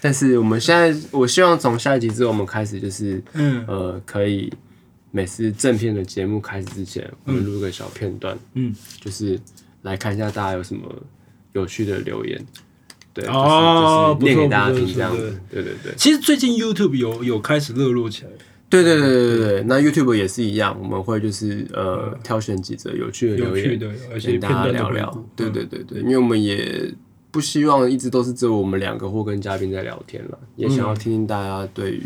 但是我们现在，我希望从下一集之后，我们开始就是，嗯呃，可以每次正片的节目开始之前，我们录个小片段，嗯，就是来看一下大家有什么有趣的留言，对，就是哦就是念给不错大家不错听这样不错子，对对对，其实最近 YouTube 有有开始热络起来，对对对对对对，那 YouTube 也是一样，我们会就是呃挑选几则有趣的有留趣言，的，而且跟片大家段的聊回聊顾。对对对对，因为我们也不希望一直都是只有我们两个或跟嘉宾在聊天了，也想要嗯听听大家对于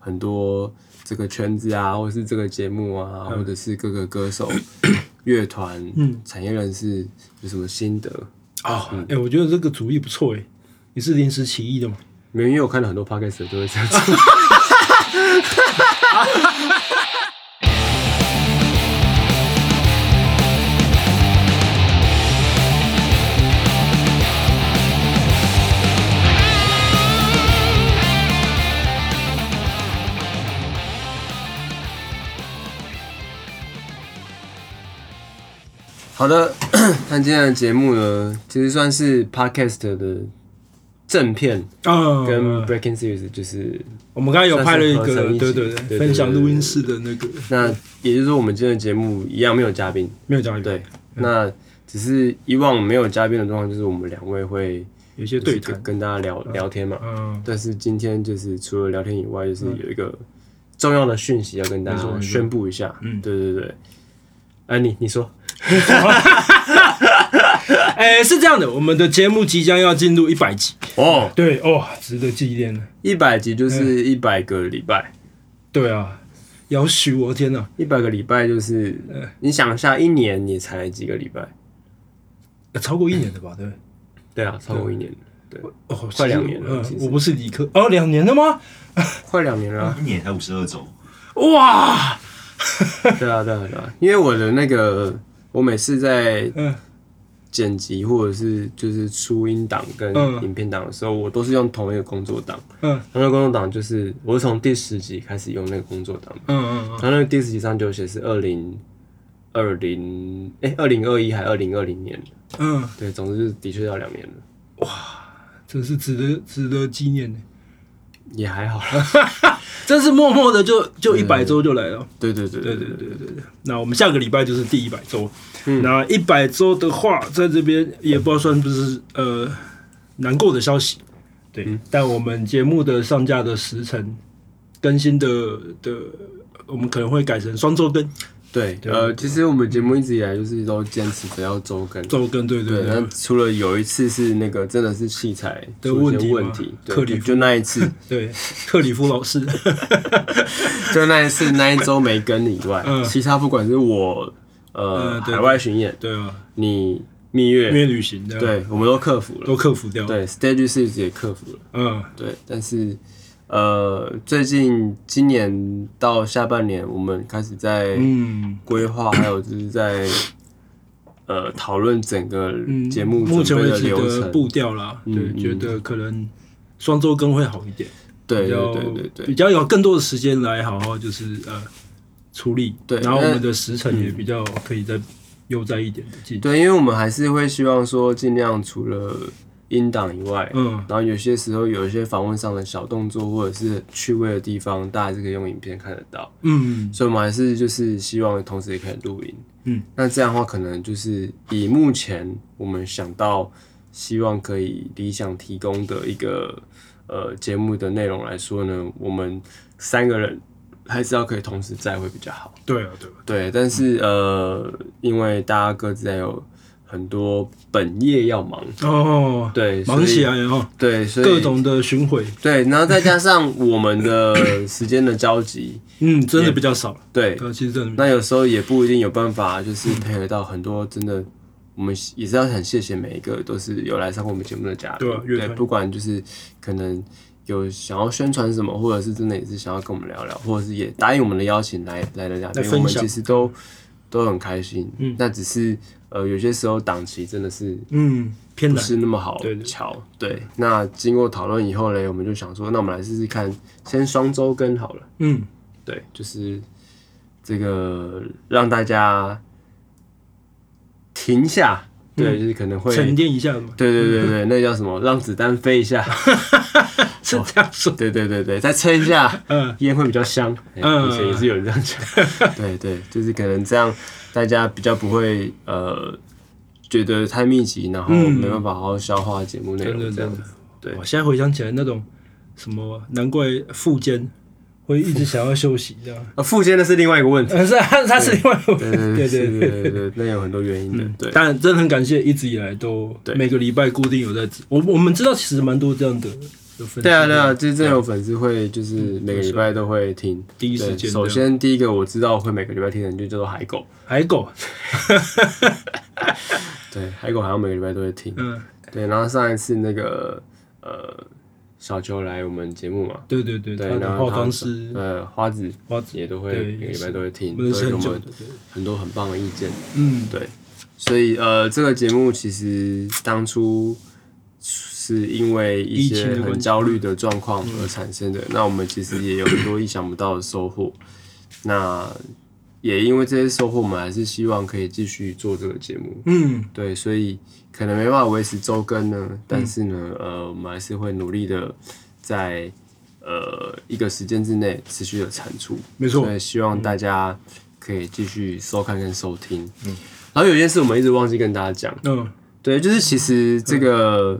很多这个圈子啊，或是这个节目啊，嗯或者是各个歌手、 乐团、产业人士有什么心得。啊，哎、我觉得这个主意不错哎、你是临时起意的吗？没有因为我看了很多 podcast 都会这样子。好的， 那今天的节目呢，其实算是 podcast 的正片，啊，跟 Breaking Series 就是，我们刚才有拍了一个，算是合成一对起对对对对对，分享录音室的那个那也就是说我们今天的节目一样没有嘉宾，没有讲对，嗯那只是以往没有嘉宾的状况，就是我们两位会有一些就是对谈跟，跟大家聊聊天嘛。嗯，但是今天就是除了聊天以外，就是有一个重要的讯息要跟大没错家没错宣布一下。嗯对对对。哎，你你说，哎、是这样的，我们的节目即将要进入一百集，哦，对哦，值得纪念了， 一百集嗯就是一百个礼拜，对啊，要许我天哪，一百个礼拜就是嗯你想一下，一年也才几个礼拜？呃超过一年了吧？对不对，对啊，超过一年，哦，快两年了嗯其实我不是理科，哦，两年了吗？快两年了啊。一年才五十二周，哇，对啊，对啊，对啊，因为我的那个，我每次在嗯剪辑或者是就是出音档跟嗯影片档的时候，我都是用同一个工作档。嗯同一个工作档就是我是从第十集开始用那个工作档，嗯嗯然后那个第十集上就写是二零二零哎二零二一还二零二零年，嗯，嗯，对，总之就是的确要两年了，真是值得值得纪念的，也还好啦。 真是默默的就就一百周就来了。对对对对对对对对对对。那我们下个礼拜就是第一百周，嗯那一百周的话，在这边也不知道算不是呃难过的消息，对，但我们节目的上架的时辰更新的的，我们可能会改成双周更，对对，呃，其实我们节目一直以来就是都坚持着要周更。周更，对对对，对那除了有一次是那个真的是器材的出问现题问吗题，克对，里就夫就那一 次，对，克里夫 老师，就那一次那一周没跟以外，嗯其他不管是我呃嗯对海外巡演，对啊，你蜜因月，为旅行的，，对我们都克服了啊都，克服掉，，对 Stage Six 也克服了，嗯，对，但是呃最近今年到下半年，我们开始在嗯。规划，还有就是在呃讨论整个嗯，节目目前准备为的止流的步程，调啦，嗯对，嗯觉得可能双周更会好一点，对比较对对对对比。较有更多的时间来好好就是呃处理，对然后我那嗯们的时辰也比较可以再悠哉一点的进行，对，因为我们还是会希望说，尽量除了音档以外，嗯然后有些时候有一些访问上的小动作或者是趣味的地方，大家还是可以用影片看得到，嗯所以我们还是就是希望同时也可以录音。嗯，那这样的话，可能就是以目前我们想到希望可以理想提供的一个呃节目的内容来说呢，我们三个人还是要可以同时在会比较好。对啊对啊，对，但是呃，因为大家各自还有很多本业要忙，哦，对，所以忙起来哦，对，所以各种的巡回，对，然后再加上我们的时间的交集，嗯，真的比较少，对，对，其实真的比较那有时候也不一定有办法，就是配合到很多真的，我们也是要很谢谢每一个都是有来上过我们节目的嘉宾对啊，乐对，团不管就是可能。有想要宣传什么，或者是真的也是想要跟我们聊聊，或者是也答应我们的邀请来来的嘉宾来，我分们享其实都都很开心。嗯那只是呃有些时候档期真的是嗯偏不难，是那么好对对瞧。对，那经过讨论以后嘞，我们就想说，那我们来试试看，先双周更好了。嗯，对，就是这个让大家停下，对，就是可能会，沉对淀一下嘛，对对对，那叫什么？让子弹飞一下，是这样说。哦对对对对，再撑一下，嗯烟会比较香。嗯哎嗯以前也是有人这样讲。 对对，就是可能这样，大家比较不会呃觉得太密集，然后嗯没办法好好消化节目内真的容这样真子的。对哦我现在回想起来，那种什么，难怪副监会一直想要休息，这样。呃，附件那是另外一个问题。呃，是啊他是另外一回 对对嗯对对对对对对，那有很多原因的。对，当然，真的很感谢，一直以来都对每个礼拜固定有在，我我们知道其实蛮多这样的的分。对啊，对啊，，就是真的有粉丝会，就是每个礼拜都会听。嗯第一时对间首的先第一个我知道会每个礼拜听的人就叫做海狗，海 狗，对，海狗好像每个礼拜都会听。嗯，对，然后上一次那个呃小球来我们节目嘛，对对对，他对，然的后化他妆师，呃花子嗯花子也都会对每个也礼拜是都会听，我都们会是给很我久的们，对很多很棒的意见。嗯，对，所以呃，这个节目其实当初是因为一疫情些的关很系焦虑的状况而产生的。那我们其实也有很多意想不到的收获。那也因为这些收获，我们还是希望可以继续做这个节目。嗯，对，所以可能没办法维持周更呢，但是呢，呃，我们还是会努力的在呃一个时间之内持续的产出。没错所以希望大家可以继续收看跟收听。嗯，然后有一件事我们一直忘记跟大家讲，嗯，对，就是其实这个、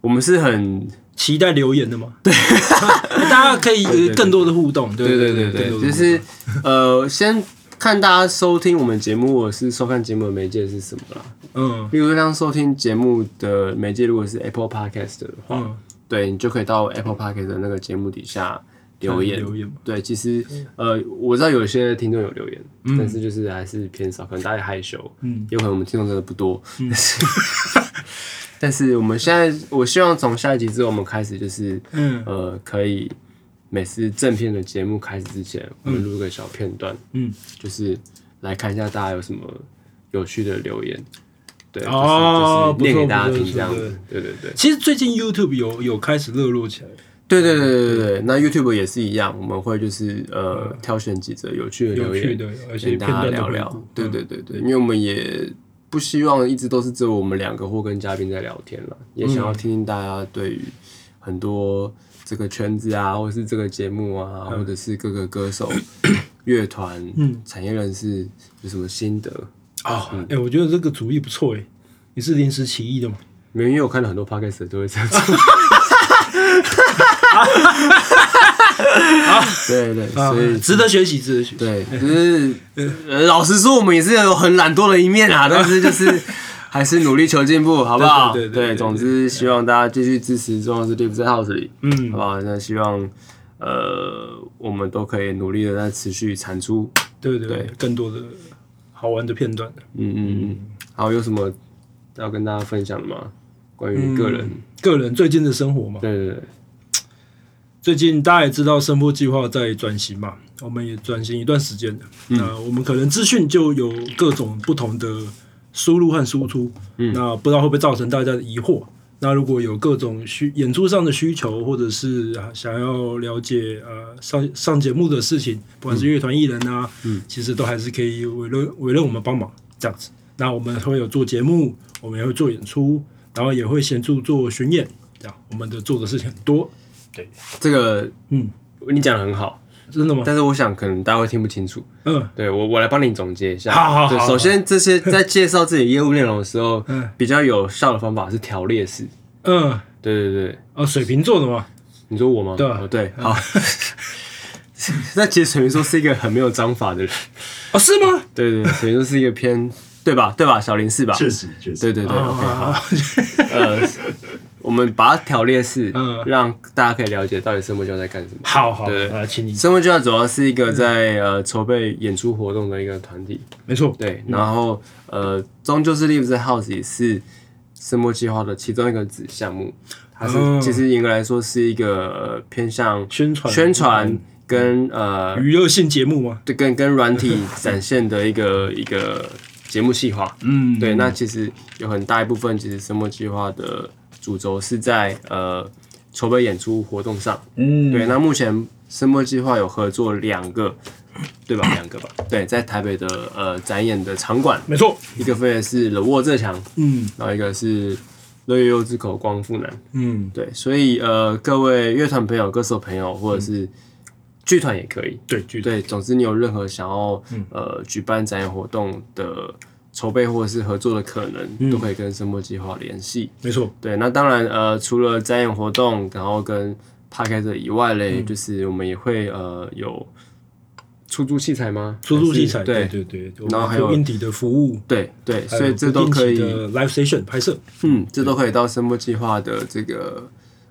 我们是很期待留言的嘛，对， 大家可以有更多的互动，对对对对对，更多的就互动是呃先。看大家收听我们节目，我是收看节目的媒介是什么啦？嗯例如说，像收听节目的媒介，如果是 Apple Podcast 的话，嗯，对你就可以到 Apple p o c k e t 的那个节目底下留言。留言嘛，嗯对，其实呃，我知道有些听众有留言，但是就是还是偏少，可能大家也害羞，嗯，有可能我们听众真的不多。但是 但是我们现在，我希望从下一集之后，我们开始就是嗯呃，可以每次正片的节目开始之前，我们录个小片段，嗯，就是来看一下大家有什么有趣的留言。对，就是哦就是念给不错大家不错听这样不错子，对对对。其实最近 YouTube 有有开始热络起来，对对对对对对，那 YouTube 也是一样，我们会就是呃挑选几则有趣的留嗯有言，趣的，而且跟片大家段的聊回聊顾。对对对对，因为我们也不希望一直都是只有我们两个或跟嘉宾在聊天了，也想嗯要听听大家对于很多这个圈子啊，或是这个节目啊，嗯或者是各个歌手、 乐团、产业人士有什么心得。啊，哎、我觉得这个主意不错哎、你是临时起意的吗？没有，因为我看了很多 podcast 都会这样 做。 对对，所以啊值得学习，值得学习。对，就是、呃、老实说，我们也是有很懒惰的一面 啊，但是就是还是努力求进步，好不好？对对对对对总之希望大家继续支持重要是 Deep 在 House 里，嗯好不好？那希望呃我们都可以努力的在持续产出，对对对对，更多的好玩的片段，嗯嗯嗯。好，有什么要跟大家分享的吗？关于个人，嗯个人最近的生活嘛。对对对，最近大家也知道，声波计划在转型嘛，我们也转型一段时间了。那我们可能资讯就有各种不同的输入和输出，那不知道会不会造成大家的疑惑。那如果有各种需演出上的需求，或者是啊想要了解呃上上节目的事情，不管是乐团艺人啊，其实都还是可以委任委任我们帮忙这样子。那我们会有做节目，我们也会做演出，然后也会协助做巡演，这样我们的做的事情很多。这个嗯，你讲的很好，真的吗？但是我想可能大家会听不清楚。嗯，对我，我来帮你总结一下。好好对好首先，这些在介绍自己业务内容的时候， 嗯比较有效的方法是条列式。嗯，对对对，哦，水瓶座的嘛，你说我吗？对啊哦、对，好。 那其实水瓶座是一个很没有章法的人。哦，是吗？对对对，水瓶座是一个偏对吧？对吧？小林是吧？确实确实，对对对、哦 o k 好。好，好呃，我们把它条列式，嗯让大家可以了解到底生活教在干什么。好好，对啊，请你，生活教主要是一个在呃筹备演出活动的一个团体。没错，对，然后呃，终究是 Live the House 也是世墨计划的其中一个子项目，它是、嗯其实严格来说是一个、呃偏向宣传嗯宣传跟呃娱乐性节目吗？对跟跟软体 展现的一个一个节目计划。嗯，对，那其实有很大一部分其实生墨计划的主轴是在呃筹备演出活动上。嗯，对，那目前声波计划有合作两个，对吧？两个吧。对，在台北的呃展演的场馆，没错，一个分别是冷沃正强，嗯，然后一个是乐悠悠之口光复南。嗯，对，所以呃，各位乐团朋友、歌手朋友，或者是剧团也可以。对，剧对，总之你有任何想要嗯呃举办展演活动的筹备或者是合作的可嗯能，都可以跟声波计划联系。没错，对，那当然呃，除了展演活动，然后跟 p a c a s 以外嘞，嗯就是我们也会呃有出租器材吗？出租器材，还是对对对，然后还有 i n d 的服务，对对，还有所以这都可以不定期的 live station 拍摄，嗯，这都可以到声波计划的这个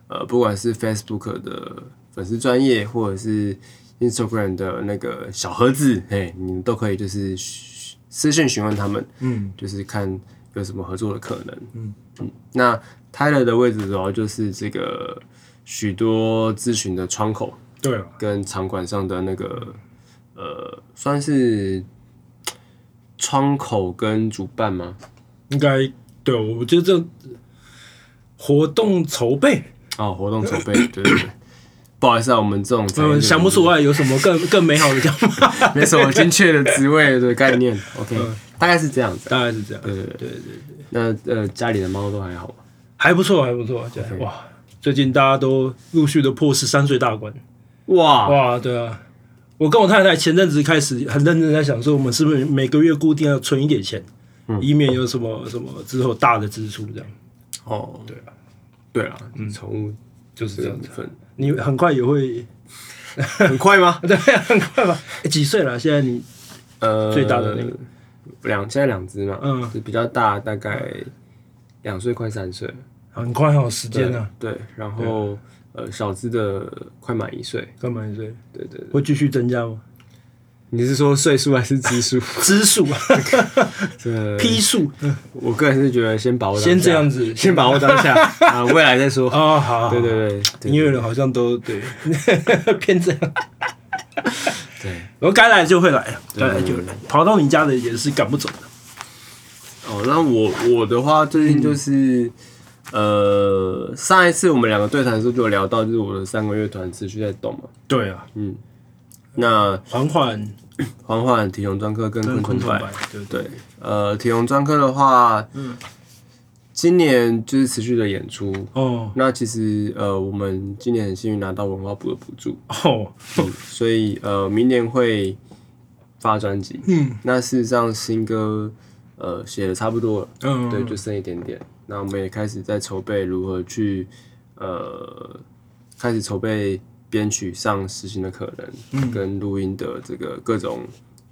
呃，不管是 Facebook 的粉丝专业，或者是 Instagram 的那个小盒子，哎，你们都可以就是询私信询问他们，嗯，就是看有什么合作的可能。嗯嗯，那 Tyler 的位置主要就是这个许多咨询的窗口，对啊，跟场馆上的那个呃，算是窗口跟主办吗？应该对，啊我觉得这活动筹备，哦，活动筹 备，对对对。不好意思啊，我们这种产业呃，就是想不出来有什么更更美好的讲法， 没什么精确的职位的概念。OK，嗯大概是这样子啊。大概是这样，对对对对对，那呃，家里的猫都还好吗？还不错，还不错，对 OK 哇，最近大家都陆续的破十三岁大关，哇，哇，对啊。我跟我太太前阵子开始很认真地在想，说我们是不是每个月固定要存一点钱，嗯以免有什么什么之后大的支出这样。哦，对啊，对啊，宠物就是这这个样部子。分你很快也会，？很快吗对啊，很快吧？诶几岁了？现在你呃，最大的那个两，现在两只嘛，嗯嗯，比较大，大概两岁快三岁，很快哦，时对间啊，对，然后呃，小只的快满一岁，刚满一岁，对对对。会继续增加吗？你是说岁数还是只 数？支数、这批数，我个人是觉得先把握当下，先这样子先把握当 下啊，未来再说。哦，好，对对对，对音乐人好像都 对偏这样，对然后该来就会来，对该来就会来，跑到你家的也是赶不走的。哦。那我我的话，最近就是、呃，上一次我们两个对谈的时候就有聊到，就是我的三个乐团持续在动嘛。对啊，那缓缓缓缓体雄专科跟跟昆昆虫虫团，白，对对对，呃，体雄专科的话，嗯今年就是持续的演出。哦那其实呃，我们今年很幸运拿到文化部的补助，哦，所以呃，明年会发专辑。嗯那事实上，新歌呃写的差不多了，嗯，对，就剩一点点。那我们也开始在筹备如何去呃，开始筹备编曲上实行的可嗯能，跟录音的这个各种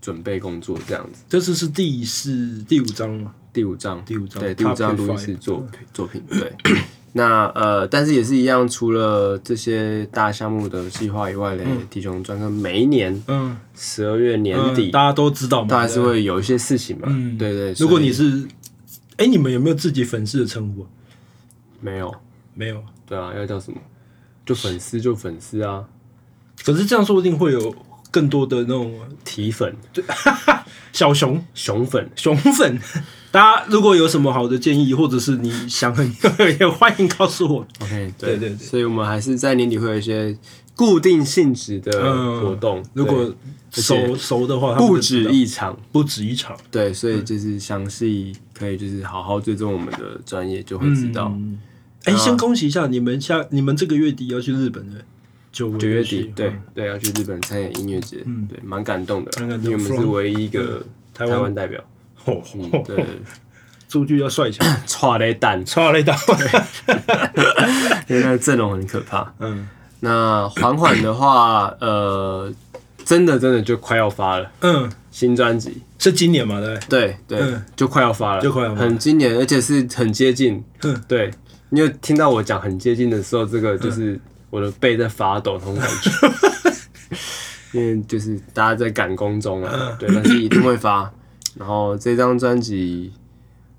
准备工作这样子。这次是第四第五章嘛，第五章，第五章对，第五章 Top 录 Five 音室作品作品，对。 那呃，但是也是一样，除了这些大项目的计划以外嘞，体雄专科每一年嗯，十二月年底啊嗯，大家都知道嘛，都还是对会有一些事情嘛，嗯对对。如果所以你是，哎、你们有没有自己粉丝的称呼、啊？没有，没有啊，对啊，要叫什么？就粉丝就粉丝啊，可是这样说不定会有更多的那种提粉、小熊熊粉，熊粉。 大家如果有什么好的建议，或者是你想很 也欢迎告诉我。 OK，对对对所以我们还是在年底会有一些固定性质的嗯活动，如果且熟熟的话，对他们就不知止道一场，不止一场，对，所以就是详细可以就是好好追踪我们的专业，就会知道啊哎、先恭喜一下你们下你们这个月底要去日本的九九月月底，对对，要去日本参演音乐节，对，蛮感动的啦，啊蛮感因为动我们是 From- 唯一一个嗯台台湾湾代表，哦，嗯，吼对， 出去要帅起来， 差了一蛋，超雷达。因为那个阵容很可怕。嗯那缓缓的话，呃，真的真的就快要发了嗯，新专辑，是今年嘛？对不对，对对，嗯就快要发了，就快要发了很今年，而且是很接近，嗯对，你有听到我讲很接近的时候，这个就是我的背在发抖那种感 觉，因为就是大家在赶工中嗯啊，对，但是一定会发。然后这张专辑，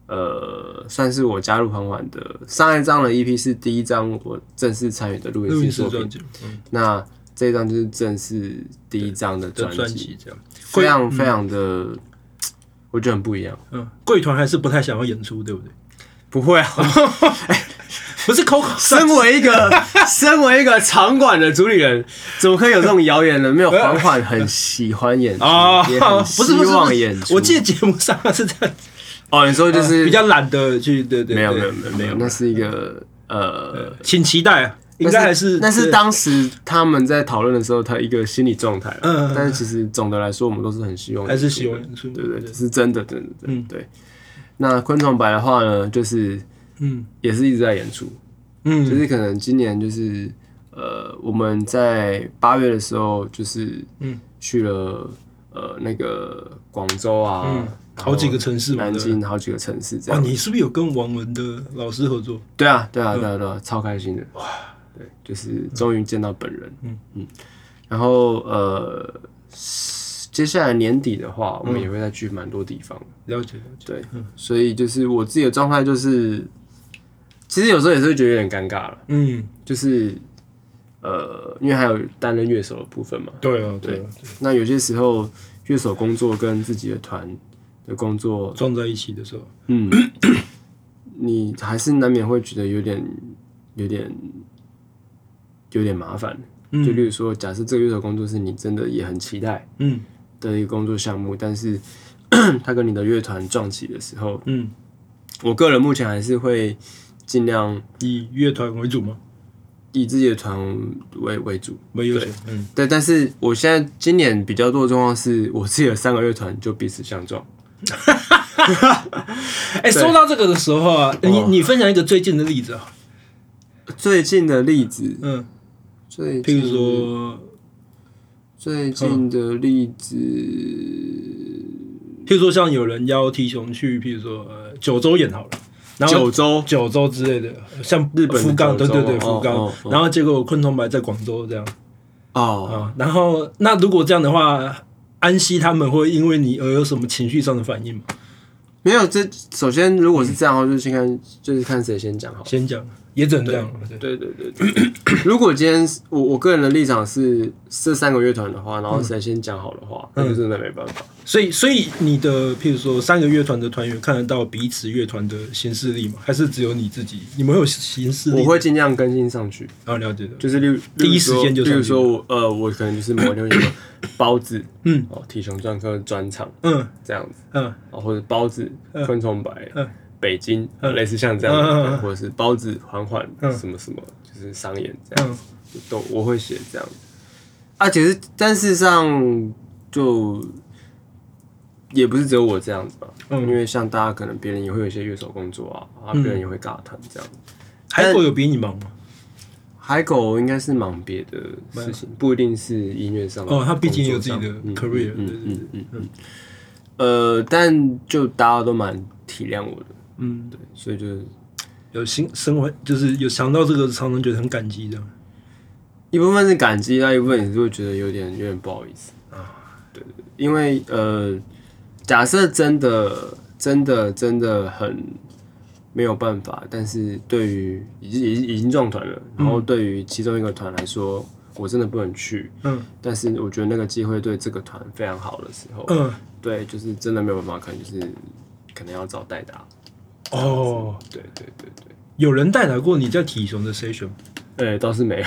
呃，算是我加入缓缓的上一张的 EP 是第一张我正式参与的录录音音室室作专品，辑，嗯。那这一张就是正式第一张的的专专辑，辑嗯这样。非常非常的，我觉得很不一样。嗯，贵团还是不太想要演出，对不对？不会啊，不是 Coco， 身为一 个身为一个场馆的主理人，怎么可以有这种谣言 呢？没有，缓缓很喜欢演出，也很不是希啊不是望哦不演是，出。我记得节目上是这样，哦，你说就是比较懒得去，对对，没有没有对没有没有，那是一个呃，请期待啊，应该还是那是对当时他们在讨论的时候，他一个心理状态啦。啊嗯嗯嗯但是其实总的来说，我们都是很希望，还是希望是对对，是真的，真的，嗯嗯，对。那昆虫白的话呢，就是嗯也是一直在演出，嗯，就是可能今年就是呃，我们在八月的时候就是嗯去了呃那个广州啊，嗯然后好几个城市嘛南京好几个城市这哇，样。你嗯是不是有跟王文的老师合作？对啊，对啊，对啊，对啊，超开心的。哇，对，就是终于见到本人。嗯嗯，然后呃，接下来年底的话，我们也会再去蛮多地方。了解了解，对，所以就是我自己的状态就是，其实有时候也是会觉得有点尴尬了，嗯，就是呃，因为还有担任乐手的部分嘛。对啊对啊，那有些时候乐手工作跟自己的团的工作，撞在一起的时候，嗯，你还是难免会觉得有点、有点、有点麻烦。嗯就例如说，假设这个乐手工作是你真的也很期待嗯的一个工作项目，但是 它跟你的乐团撞起的时候，嗯，我个人目前还是会尽量以乐团为主吗？以自己的团为为主。没有选，嗯对，但是我现在今年比较多的状况是我自己的三个乐团就彼此相撞。哎、说到这个的时候啊，你你分享一个最近的例子啊，最近的例子，嗯，最譬近如说，嗯最近的例子，譬如说像有人邀 T 熊去，譬如说呃九州演好了，然后九州九州之类的，像日本的福冈，九对州对对，哦福冈，哦哦然后结果昆虫白在广州这样哦，啊、然后那如果这样的话，安西他们会因为你而有什么情绪上的反应吗？没有这。首先，如果是这样的话，就是先看，就是看谁先讲好。先讲，也只能这样，对对，对对对 如果今天是我我个人的立场是这三个乐团的话，然嗯后谁先讲好的话，那就真的没办法。所以所以你的譬如说三个乐团的团员看得到彼此乐团的行事历吗？还是只有你自己？你们会有行事历吗？我会尽量更新上去，啊，了解的，就是例如第一时间就例如上去说我呃，我可能就是某一天有个 包子，嗯，哦，体雄专科专场嗯这样子，嗯哦，或者包子昆虫白嗯，北京，呃类似像这样的嗯嗯嗯对或者是包子缓缓嗯什么什么，就是商演这样嗯子。都我会写这样子啊，其实但事实上就也不是只有我这样子吧，嗯因为像大家可能别人也会有一些乐手工作啊，啊别人也会尬谈这样。海狗有比你忙吗？海狗应该是忙别的事情，不一定是音乐上的哦，他毕竟有工自己作上的嗯 career，对嗯嗯对对，嗯嗯嗯，呃，但就大家都蛮体谅我的，嗯，对，所以就是有心生活就是有想到这个，常常觉得很感激这样。一部分是感激，那一部分也是会觉得有点有点不好意思啊。对，对对因为呃，假设真的真的真的很没有办法，但是对于已经已经已经撞团了，然后对于其中一个团来说，我真的不能去，嗯但是我觉得那个机会对这个团非常好的时候，嗯，对，就是真的没有办法，可能就是可能要找代打。哦，对对对对，有人带来过你在体雄的 session，吗呃、倒是没有，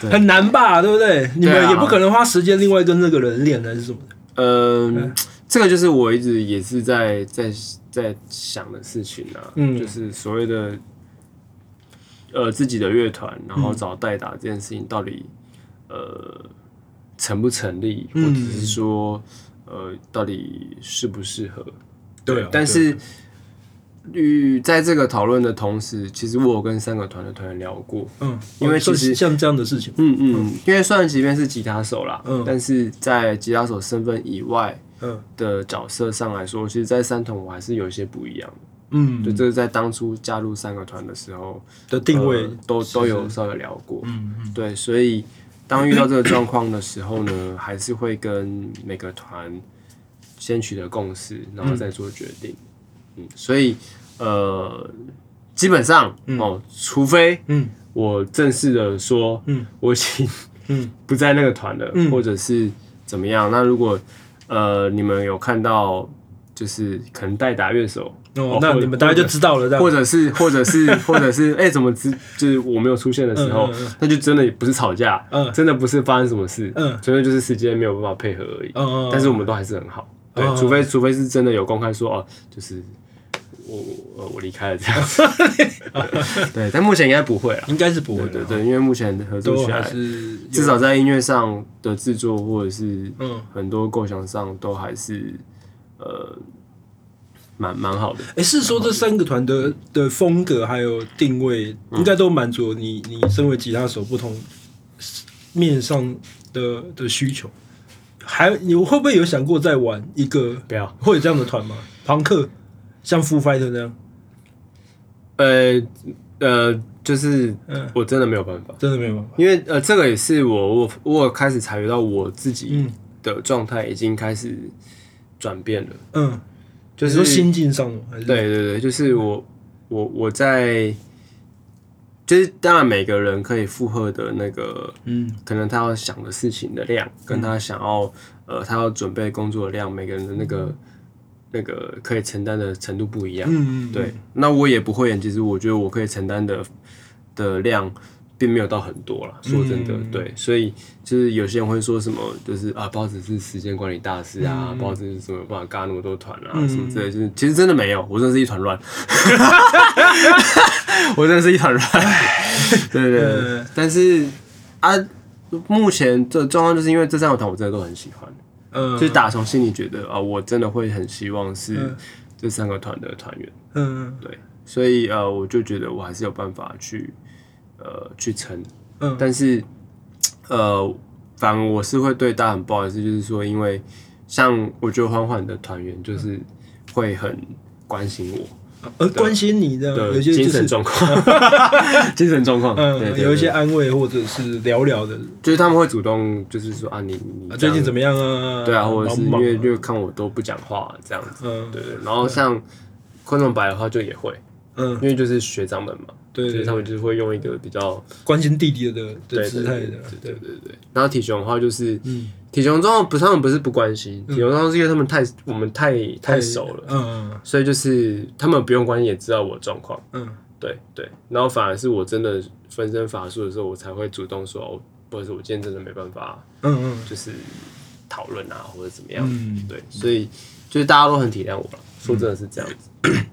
对很难吧？对不对？你对们啊也不可能花时间另外跟那个人练还是什么的。嗯，这个就是我一直也是在在在想的事情啊，嗯就是所谓的呃自己的乐团，然后找代打这件事情到底呃成不成立，或嗯者是说呃到底适不适合？对啊，但对啊是与在这个讨论的同时，其实我有跟三个团的团员聊过，嗯，因为其像实像这样的事情，嗯嗯，因为虽然即便是吉他手啦，嗯但是在吉他手身份以外。嗯的角色上来说，其实，在三团我还是有一些不一样的。嗯，就这个在当初加入三个团的时候，的定位呃，都都有稍微聊过。嗯嗯对，所以当遇到这个状况的时候呢， 还是会跟每个团先取得共识，然后再做决定。嗯，所以呃，基本上、哦，除非嗯我正式的说，嗯，我已经嗯 不在那个团了，嗯或者是怎么样？那如果呃你们有看到，就是可能代打乐手，哦，那你们大家就知道了，这样或者是或者 是或者是哎、怎么知就是我没有出现的时候，嗯嗯嗯那就真的也不是吵架，嗯真的不是发生什么事，嗯纯粹就是时间没有办法配合而已。嗯嗯嗯但是我们都还是很好，对，嗯除非除非是真的有公开说哦，就是我我呃我离开了这样 子。对，但目前应该不会啊。应该是不会对对的，对，因为目前合作都起啊还来，是有至少在音乐上的制作或者是嗯，很多构想上都还是呃蛮蛮好的。哎，是说这三个团的的风格还有定位，嗯应该都满足你你身为吉他手不同面上的的需求。还你会不会有想过再玩一个不要，会有这样的团吗？朋克像 Foo Fighter 那样，呃呃，就是嗯，我真的没有办法，真的没有办法。因为呃，这个也是我我我有开始察觉到我自己嗯的状态已经开始转变了，嗯，就你说是心境上的还是对对对，就是我我我在。就是当然，每个人可以负荷的那个嗯可能他要想的事情的量，跟他想要呃他要准备工作的量，每个人的那个那个可以承担的程度不一样。嗯嗯对，那我也不会演，其实我觉得我可以承担的的量并没有到很多啦。说真的，嗯对，所以就是有些人会说什么，就是啊，包子是时间管理大师嗯啊，包子是什么办法嘎那么多团啊，什么之类的，就是其实真的没有，我真的是一团乱， 我真的是一团乱，对对对嗯，但是啊。目前这状况就是因为这三个团我真的都很喜欢，嗯，就是打从心里觉得啊，我真的会很希望是嗯这三个团的团员。嗯对，所以呃，我就觉得我还是有办法去呃去撑，嗯，但是呃，反而我是会对大家很不好意思，就是说，因为像我觉得缓缓的团员就是嗯会很关心我而关心你的的有些精就神是状况， 精神状况，对对嗯，对有一些安慰或者是聊聊的，就是他们会主动就是说啊，你你啊这最样近怎么样啊？对啊，或者是因忙不忙啊为就看我都不讲话这样子，嗯对对，然后像昆虫白的话就也会，嗯，因为就是学长们嘛，对所以对他对，们就是会用一个比较关心弟弟的的对姿态的，对，对对。然后体雄的话就是，嗯体雄状况不是他们不是不关心，体雄状况是因为他们太我们太嗯太熟了，嗯所以就是他们不用关心也知道我状况，嗯对对。然后反而是我真的分身乏术的时候，我才会主动说，哦，或者是我今天真的没办法，嗯嗯就是讨论啊或者怎么样，嗯，对，所以就是大家都很体谅我了，说真的是这样子。嗯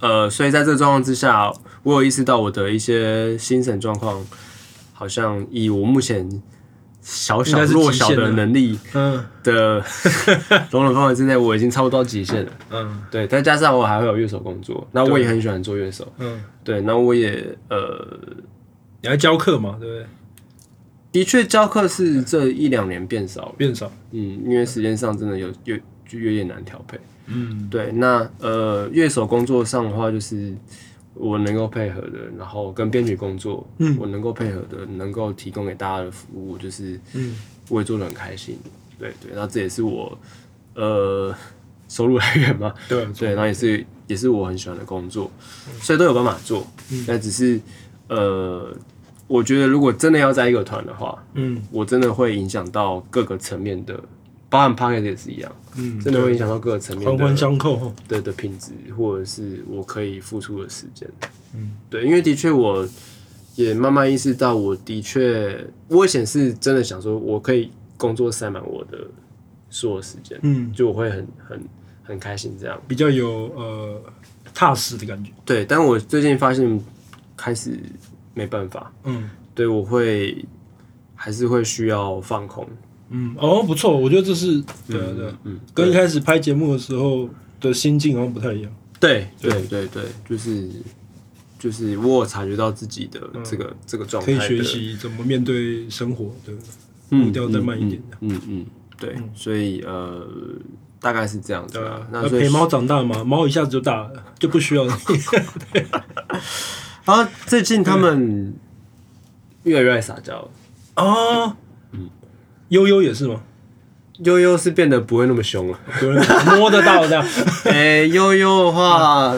呃，所以在这状况之下，我有意识到我的一些心神状况，好像以我目前小应小该是极限弱小的了能力嗯 的容忍范围之内，我已经差不多到极限了。嗯对，再加上我还会有乐手工作，那我也很喜欢做乐手。嗯，对，那我也呃，你还教课嘛？对不对？的确教课是这一两年变少了，变少，嗯，因为时间上真的有有就有点难调配。嗯对，那呃，乐手工作上的话，就是我能够配合的，然后跟编曲工作，嗯我能够配合的，能够提供给大家的服务，就是嗯我也做的很开心。对对，那这也是我呃收入来源嘛，对啊对，然后也是也是我很喜欢的工作，嗯所以都有办法做。那、只是呃，我觉得如果真的要在一个团的话，嗯我真的会影响到各个层面的，包含 p o c k e t 也是一样，嗯，真的会影响到各个层面的环环相扣吼，的的品质，或者是我可以付出的时间。嗯，对，因为的确我也慢慢意识到，我的确我以前是真的想说，我可以工作塞满我的所有时间，嗯，就我会很很很开心这样。比较有呃踏实的感觉，对，但我最近发现开始没办法，嗯。对我会还是会需要放空。嗯，哦，不错，我觉得这是对啊对啊，嗯，跟一开始拍节目的时候的心境好像不太一样。对对对对，就是。就是我有察觉到自己的这个、这个状嗯可态以的，学习怎么面对生活，对不对？嗯步调再慢一点嗯嗯嗯，对，所以呃，大概是这样子啊。那那所陪以，猫长大嘛，猫一下子就大了，就不 需要你。然后最近他们嗯越来越爱撒娇了，哦， 悠悠也是吗？悠悠是变得不会那么凶 了。有人摸得到的，哎，悠悠的话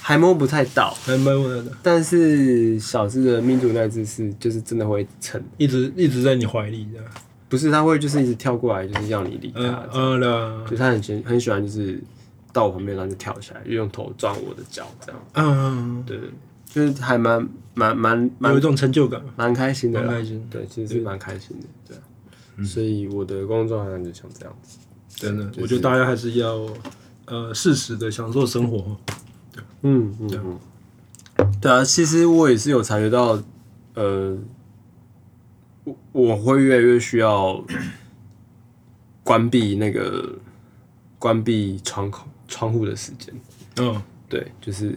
还摸不太到，还蛮摸得到，但是小智的民主那只是就是真的会蹭，一直一直在你怀里这样。不是他会就是一直跳过来，就是要你理他，嗯嗯啦就，是他很喜很喜欢就是到我旁边然后就跳起来，就用头撞我的脚这样，嗯，对，就是还蛮蛮蛮蛮有一种成就感，蛮开心的嗯蛮啦，开心。对，其实是蛮开心的，对啊。所以我的工作好像就像这样子，真的，就是我觉得大家还是要呃适时的享受生活。嗯嗯嗯，对啊，其实我也是有察觉到，呃，我我会越来越需要关闭那个关闭窗口窗户的时间，嗯对，就是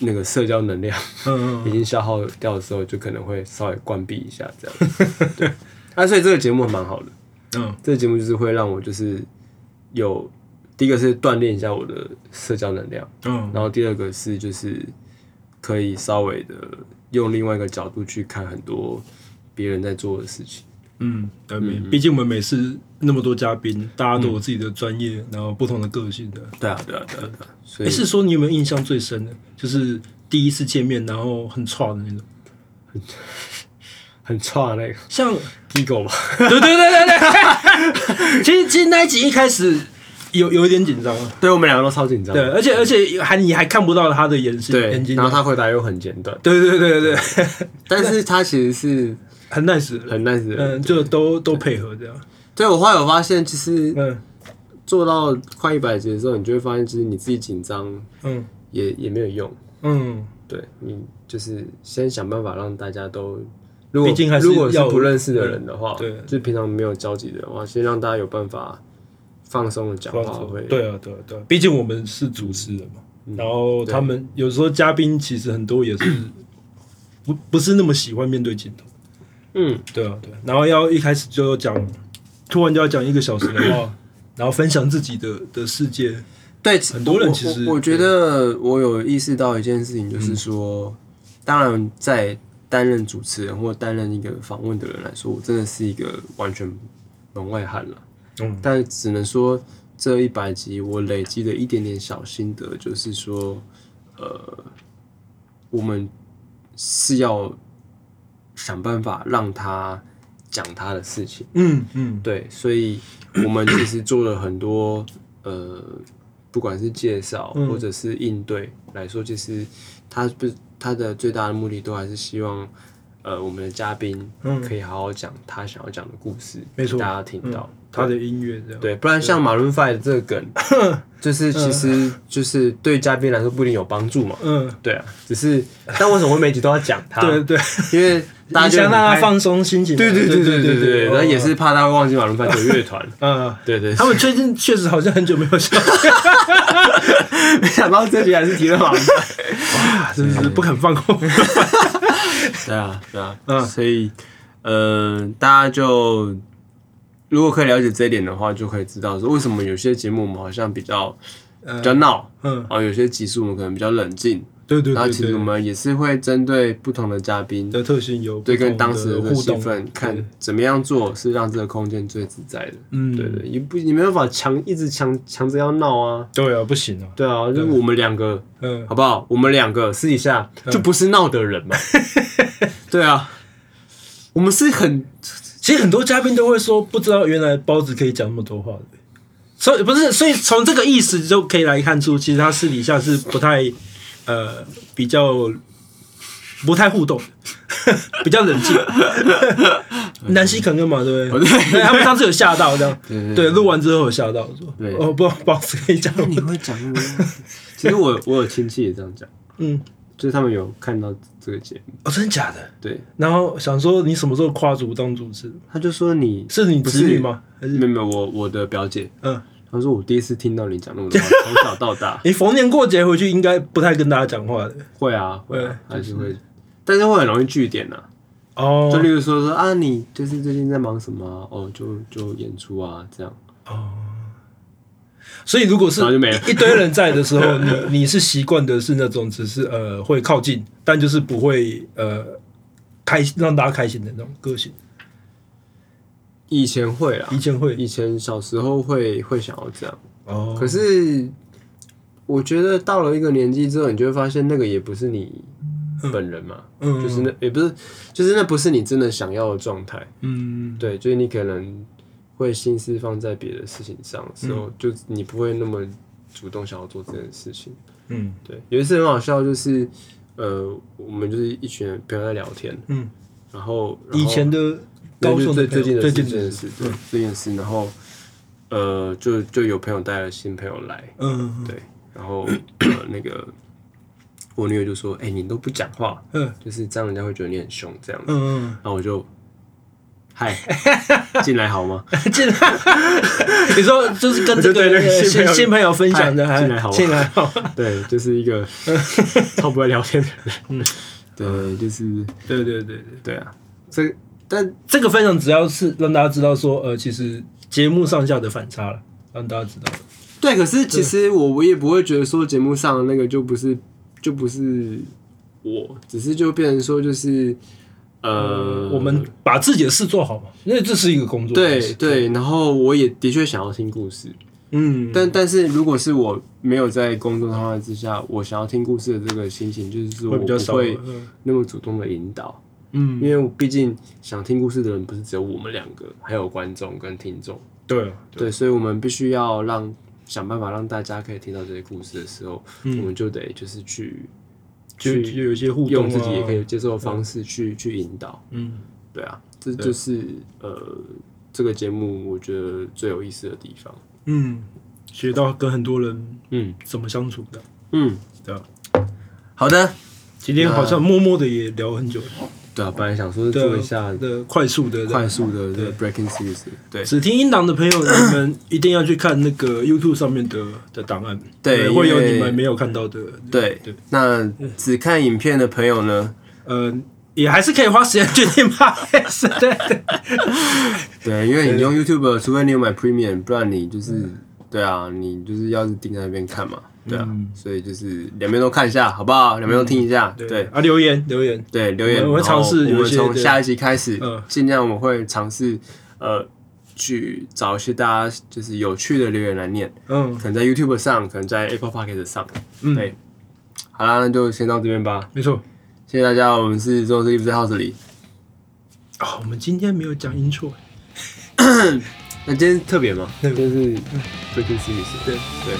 那个社交能量嗯已嗯，经消耗掉的时候，就可能会稍微关闭一下这样。 对，啊，所以这个节目蛮好的，嗯，这个节目就是会让我就是有第一个是锻炼一下我的社交能量。嗯然后第二个是就是可以稍微的用另外一个角度去看很多别人在做的事情。嗯，对，没毕竟我们每次那么多嘉宾，大家都嗯有自己的专业，然后不同的个性的。对啊，对啊，对啊，对啊。所以哎，是说你有没有印象最深的，就是第一次见面然后很差的那种？很差那个 像 Gigo 吧？对对对对对， 其实其实那一集一开始有有一点紧张啊，对我们两个都超紧张。对，而且而且还你还看不到他的眼睛，嗯眼对，睛，然后他回答又很简短，对对对对，对 但是他其实是很 nice，的很 nice 的人。嗯，就都都配合这样，对我后来有发现，其实嗯做到快一百集的时候，你就会发现，其实你自己紧张嗯也也没有用。嗯，对你就是先想办法让大家都，如果毕竟还是如果是要不认识的人的话，对就平常没有交集的人的话，先让大家有办法放松的讲话会，对啊对啊对啊，毕竟我们是主持人嘛，嗯然后他们有时候嘉宾其实很多也是 不不是那么喜欢面对镜头，嗯，对啊对啊，然后要一开始就讲，突然就要讲一个小时的话，然后分享自己的的世界，对，很多人其实嗯我我我觉得我有意识到一件事情，就是说，当然在担任主持人或担任一个访问的人来说，我真的是一个完全门外汉了。嗯但只能说这一百集我累积的一点点小心得，就是说，呃，我们是要想办法让他讲他的事情，嗯嗯对，所以我们其实做了很多呃，不管是介绍嗯或者是应对来说，其实他不他的最大的目的都还是希望。呃，我们的嘉宾嗯可以好好讲他想要讲的故事，没错嗯给大家听到。他的音乐这样，对，不然像马伦 Five 这个 梗，就是其实就是对嘉宾来说不一定有帮助嘛。嗯，对啊，只是但为什么我每集都要讲他？ 对，对，因为大家你就想很让他开。放松心情嘛，对对对对对对对，然后也，哦是怕他会忘记马伦 Five 这个乐团。嗯。对对，他们最近确实好像很久没有笑，没想到这集还是提了马伦 Five。真是不肯放过。对啊，对啊，嗯所以呃，大家就如果可以了解这一点的话，就可以知道说为什么有些节目我们好像比较比较闹，嗯，然后有些集数我们可能比较冷静，对对然后对其实我对，们也是会针对不同的嘉宾，的特性有对不同跟当时的的互气动，氛，对看怎么样做是让这个空间最自在的。嗯，对对，你不你没办法强一直强强着要闹啊。对啊，不行啊，对啊，就是我们两个，嗯，好不好？我们两个私底下就不是闹的人 嘛。对啊，我们是很其实很多嘉宾都会说，不知道原来包子可以讲那么多话的，所以不是，所以从这个意思就可以来看出，其实他私底下是不太呃比较不太互动的， 比较 冷静。南希肯跟嘛，对不对？对，他们上次有吓到这样，对对对，录完之后有吓到说对，哦，不，包子可以讲那么你多，会讲那个。 其实我我有亲戚也这样讲，嗯，就是他们有看到这个节目，哦，真的假的？对，然后想说你什么时候跨足当主持？他就说你是你不侄女吗？还是没有没有，我我的表姐，嗯，他说我第一次听到你讲那 么多话，从小到大你逢年过节回去应该不太跟大家讲话的会啊会啊，对还是会，但是会很容易据点呐。哦就例如说说啊，你就是最近在忙什么啊、哦，就就演出啊这样，所以如果是然后就没了一堆人在的 时候，你你是习惯的是那种只是呃会靠近，但就是不会呃开让大家开心的那种个性。以前会啊以，前会以前小时候会会想要这样，哦，可是我觉得到了一个年纪之后，你就会发现那个也不是你本人嘛，嗯就是那也不是，就是那不是你真的想要的状态。嗯对，就是你可能会心思放在别的事情上的时候，嗯就你不会那么主动想要做这件事情。嗯对，有一次很好笑，就是呃，我们就是一群人朋友在聊天，嗯，然后然后以前的对高就中最的最近的最事，近嗯最近的事，对，最近的事，然后呃，就就有朋友带了新朋友来，嗯对，然后、呃、那个我女友就说：“哎、你都不讲话，嗯就是这样，人家会觉得你很凶这样。”子。嗯 然后我就，嗨，进来好吗？嗯，进来， 你说就是跟这我就对那个呃个新朋新友新朋友分享的，哎嗨还进来好吗进来好吗，对，就是一 个超不会聊天的人。嗯对，就是对对对对， 对啊，这但这个分享只要是让大家知道说，呃，其实节目上下的反差了，让大家知道，对，可是其实我我也不会觉得说节目上的那个就不是就不是我，只是就变成说就是呃，我们把自己的事做好嘛，因为这是一个工作，对，对，然后我也的确想要听故事，嗯，但但是如果是我没有在工作状态之下，我想要听故事的这个心情，就是说会我比较不少，会嗯那么主动的引导，因嗯，为我毕竟想听故事的人不是只有我们两个，还有观众跟听众，对啊，对，所以我们必须要让想办法让大家可以听到这些故事的时候，我嗯，们就得就是去就就有一些互动用啊自己也可以接受的方式去、去引导，嗯，对啊，这对就是呃这个节目我觉得最有意思的地方，嗯，学到跟很多人嗯怎么相处的。嗯，对啊，好的。今天好像默默的也聊很久了，对啊，本来想说做一下的快速的快速的这个 breaking series，对只听音档的朋友，你们一定要去看那个 YouTube 上面的的档案，对因为会有你们没有看到的，对对那只看影片的朋友呢？呃，也还是可以花时间去听 Podcast，对对对，因为你用 YouTube，除非你有买 Premium，不然你就是对啊，你就是要是盯在那边看嘛，对啊，嗯所以就是两边都看一下，好不好？两边都听一下，对啊，留言留言，对，留言，我们会然后尝试有一我们些从对下一集开始嗯，尽量我们会尝试呃去找一些大家就是有趣的留言来念，嗯可能在 YouTube 上，可能在 Apple Podcast 上，嗯对，好啦，那就先到这边吧。没错。谢谢大家，我们是中之 Live 在 House 里。啊，我们今天没有讲 intro，那今天特别吗？对就是 Breaking Series，对对，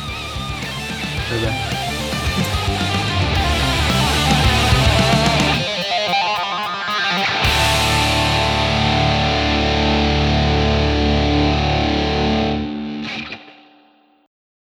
拜拜。